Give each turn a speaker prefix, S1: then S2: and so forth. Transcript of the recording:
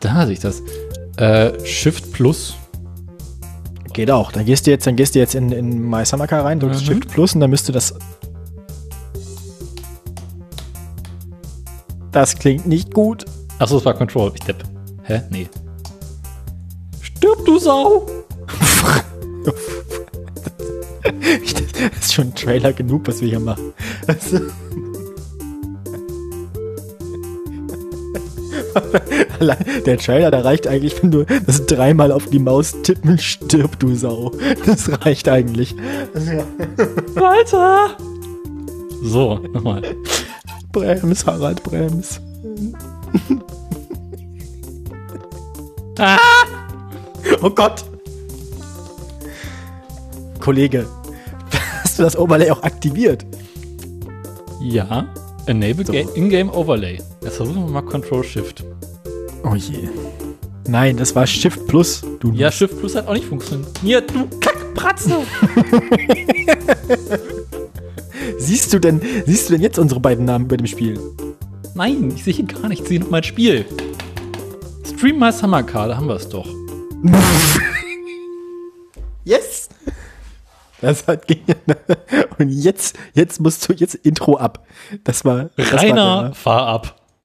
S1: da sehe ich das. Äh, Shift Plus.
S2: Geht auch. Dann gehst du jetzt, dann gehst du jetzt in, in My Samaka rein, drückst
S1: Mhm.
S2: Shift Plus und dann müsste das. Das klingt nicht gut.
S1: Achso, es war Control. Ich depp. Hä? Nee. Stirb, du Sau!
S2: Ich- Das ist schon Trailer genug, was wir hier machen. Also, Allein Der Trailer, da reicht eigentlich, wenn du das dreimal auf die Maus tippen, stirb du Sau. Das reicht eigentlich. Also, ja,
S1: Weiter! So, nochmal.
S2: Brems, Harald Brems.
S1: Ah!
S2: Oh Gott! Kollege, hast du das Overlay auch aktiviert?
S1: Ja. Enable
S2: So.
S1: Ga- In-Game Overlay. Jetzt versuchen wir mal Control Shift.
S2: Oh je. Nein, das war Shift Plus, du
S1: Ja, Shift Plus hat auch nicht funktioniert. Du Kackpratze!
S2: Siehst du denn, siehst du denn jetzt unsere beiden Namen bei dem Spiel?
S1: Nein, ich sehe hier gar nichts. Ich sehe nur mein Spiel. Stream My Summer Car, da haben wir es doch.
S2: Yes! Das hat ging. Und jetzt, jetzt musst du jetzt Intro ab. Das war das war
S1: Rainer,
S2: der- ne?
S1: fahr ab.